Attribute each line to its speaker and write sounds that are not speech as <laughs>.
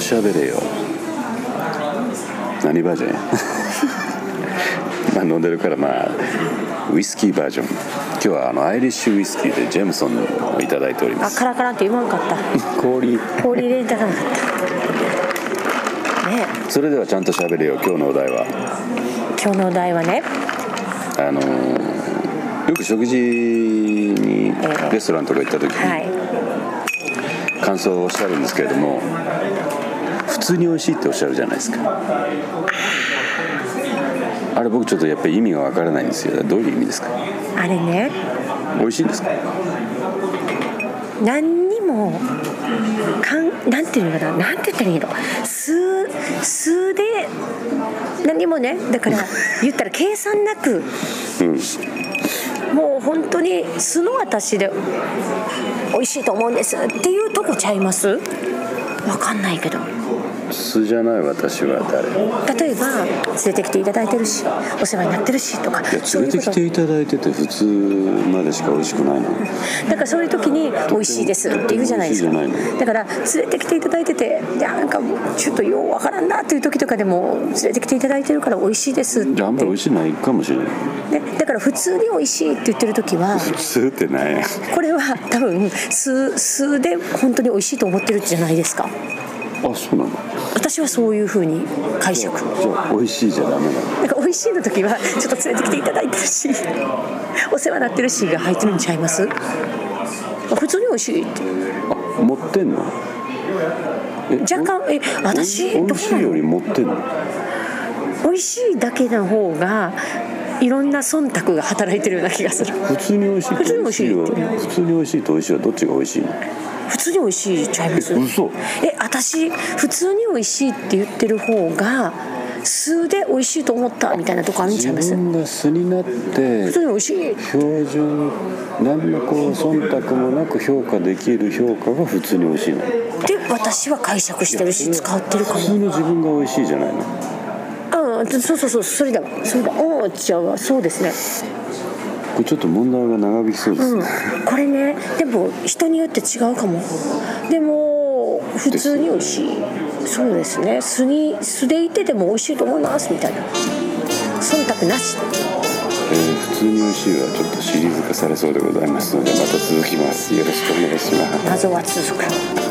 Speaker 1: 喋れよ何バージョン <laughs> まあ飲んでるからまあウイスキーバージョン今日はあのアイリッシュウイスキーでジェムソンをいただいておりま
Speaker 2: あ
Speaker 1: す
Speaker 2: カラカラって言わんかった
Speaker 1: 氷
Speaker 2: 氷入れたかなかったね
Speaker 1: それではちゃんと喋れよ今日のお題は
Speaker 2: 今日のお題はね
Speaker 1: あのーよく食事にレストランとか行った時
Speaker 2: は
Speaker 1: に
Speaker 2: い
Speaker 1: 感想をおっしゃるんですけれども普通に美味しいっておっしゃるじゃないですかあれ僕ちょっとやっぱり意味がわからないんですよどういう意味ですか
Speaker 2: あれね
Speaker 1: 美味しいんですか
Speaker 2: 何にもかんなんていうのかななんて言ったらいいの数数で何もねだから言ったら計算なく
Speaker 1: うん
Speaker 2: もう本当に素の私で美味しいと思うんですっていうとこちゃいますわかんないけど
Speaker 1: 素じゃない私は誰い
Speaker 2: 例えば連れてきていただいてるしお世話になってるしとか
Speaker 1: や連れてきていただいてて普通までしか美味しくないの
Speaker 2: なんかそういう時に美味しいですって言うじゃないですか
Speaker 1: 美味しいじゃない
Speaker 2: だから連れてきていただいてていやなんかもうちょっとようわからんなっていう時とかでも連れてきていただいてるから美味しいですって
Speaker 1: じゃああんまり美味しいないかもしれない
Speaker 2: ねだから普通に美味しいって言ってる
Speaker 1: <laughs>
Speaker 2: 時は
Speaker 1: 普通ってないや
Speaker 2: これは多分数数で本当に美味しいと思ってるじゃないですか
Speaker 1: あそうなの
Speaker 2: 私はそういうふうに解釈
Speaker 1: じゃあ美味しいじゃダメなの
Speaker 2: なんか美味しいの時はちょっと連れてきていただいてるしお世話になってるしが入ってるんちゃいます普通に美味しいって
Speaker 1: あ持ってんの
Speaker 2: 若干え私どう
Speaker 1: 美味し
Speaker 2: ない
Speaker 1: よ
Speaker 2: の
Speaker 1: り持ってんの
Speaker 2: 美味しいだけの方がいろんな忖度が働いてるような気がする
Speaker 1: 普通に美味しいと
Speaker 2: 普通に美味しい
Speaker 1: は普通に美味しいと美味しいはどっちが美味しいの
Speaker 2: 普通に美味しいちゃいます
Speaker 1: え嘘
Speaker 2: え私普通に美味しいって言ってる方が数で美味しいと思ったみたいなとこあるんちゃ
Speaker 1: 自
Speaker 2: います普
Speaker 1: 分が素になって
Speaker 2: 通に美味しい
Speaker 1: 標準何のこう忖度もなく評価できる評価が普通に美味しいの
Speaker 2: で私は解釈してるし使ってるか
Speaker 1: 普通
Speaker 2: も
Speaker 1: の自分が美味しいじゃないの
Speaker 2: うんそうそうそうそれだわそれだおおじゃあそうですね
Speaker 1: これちょっと問題が長引きそうですね、
Speaker 2: これねでも人によって違うかもでも普通に美味しいそうですね素に素でいてでも美味しいと思いますみたいな忖度なし
Speaker 1: えー普通に美味しいはちょっとシリーズ化されそうでございますのでまた続きますよろしくお願いします
Speaker 2: 謎は続く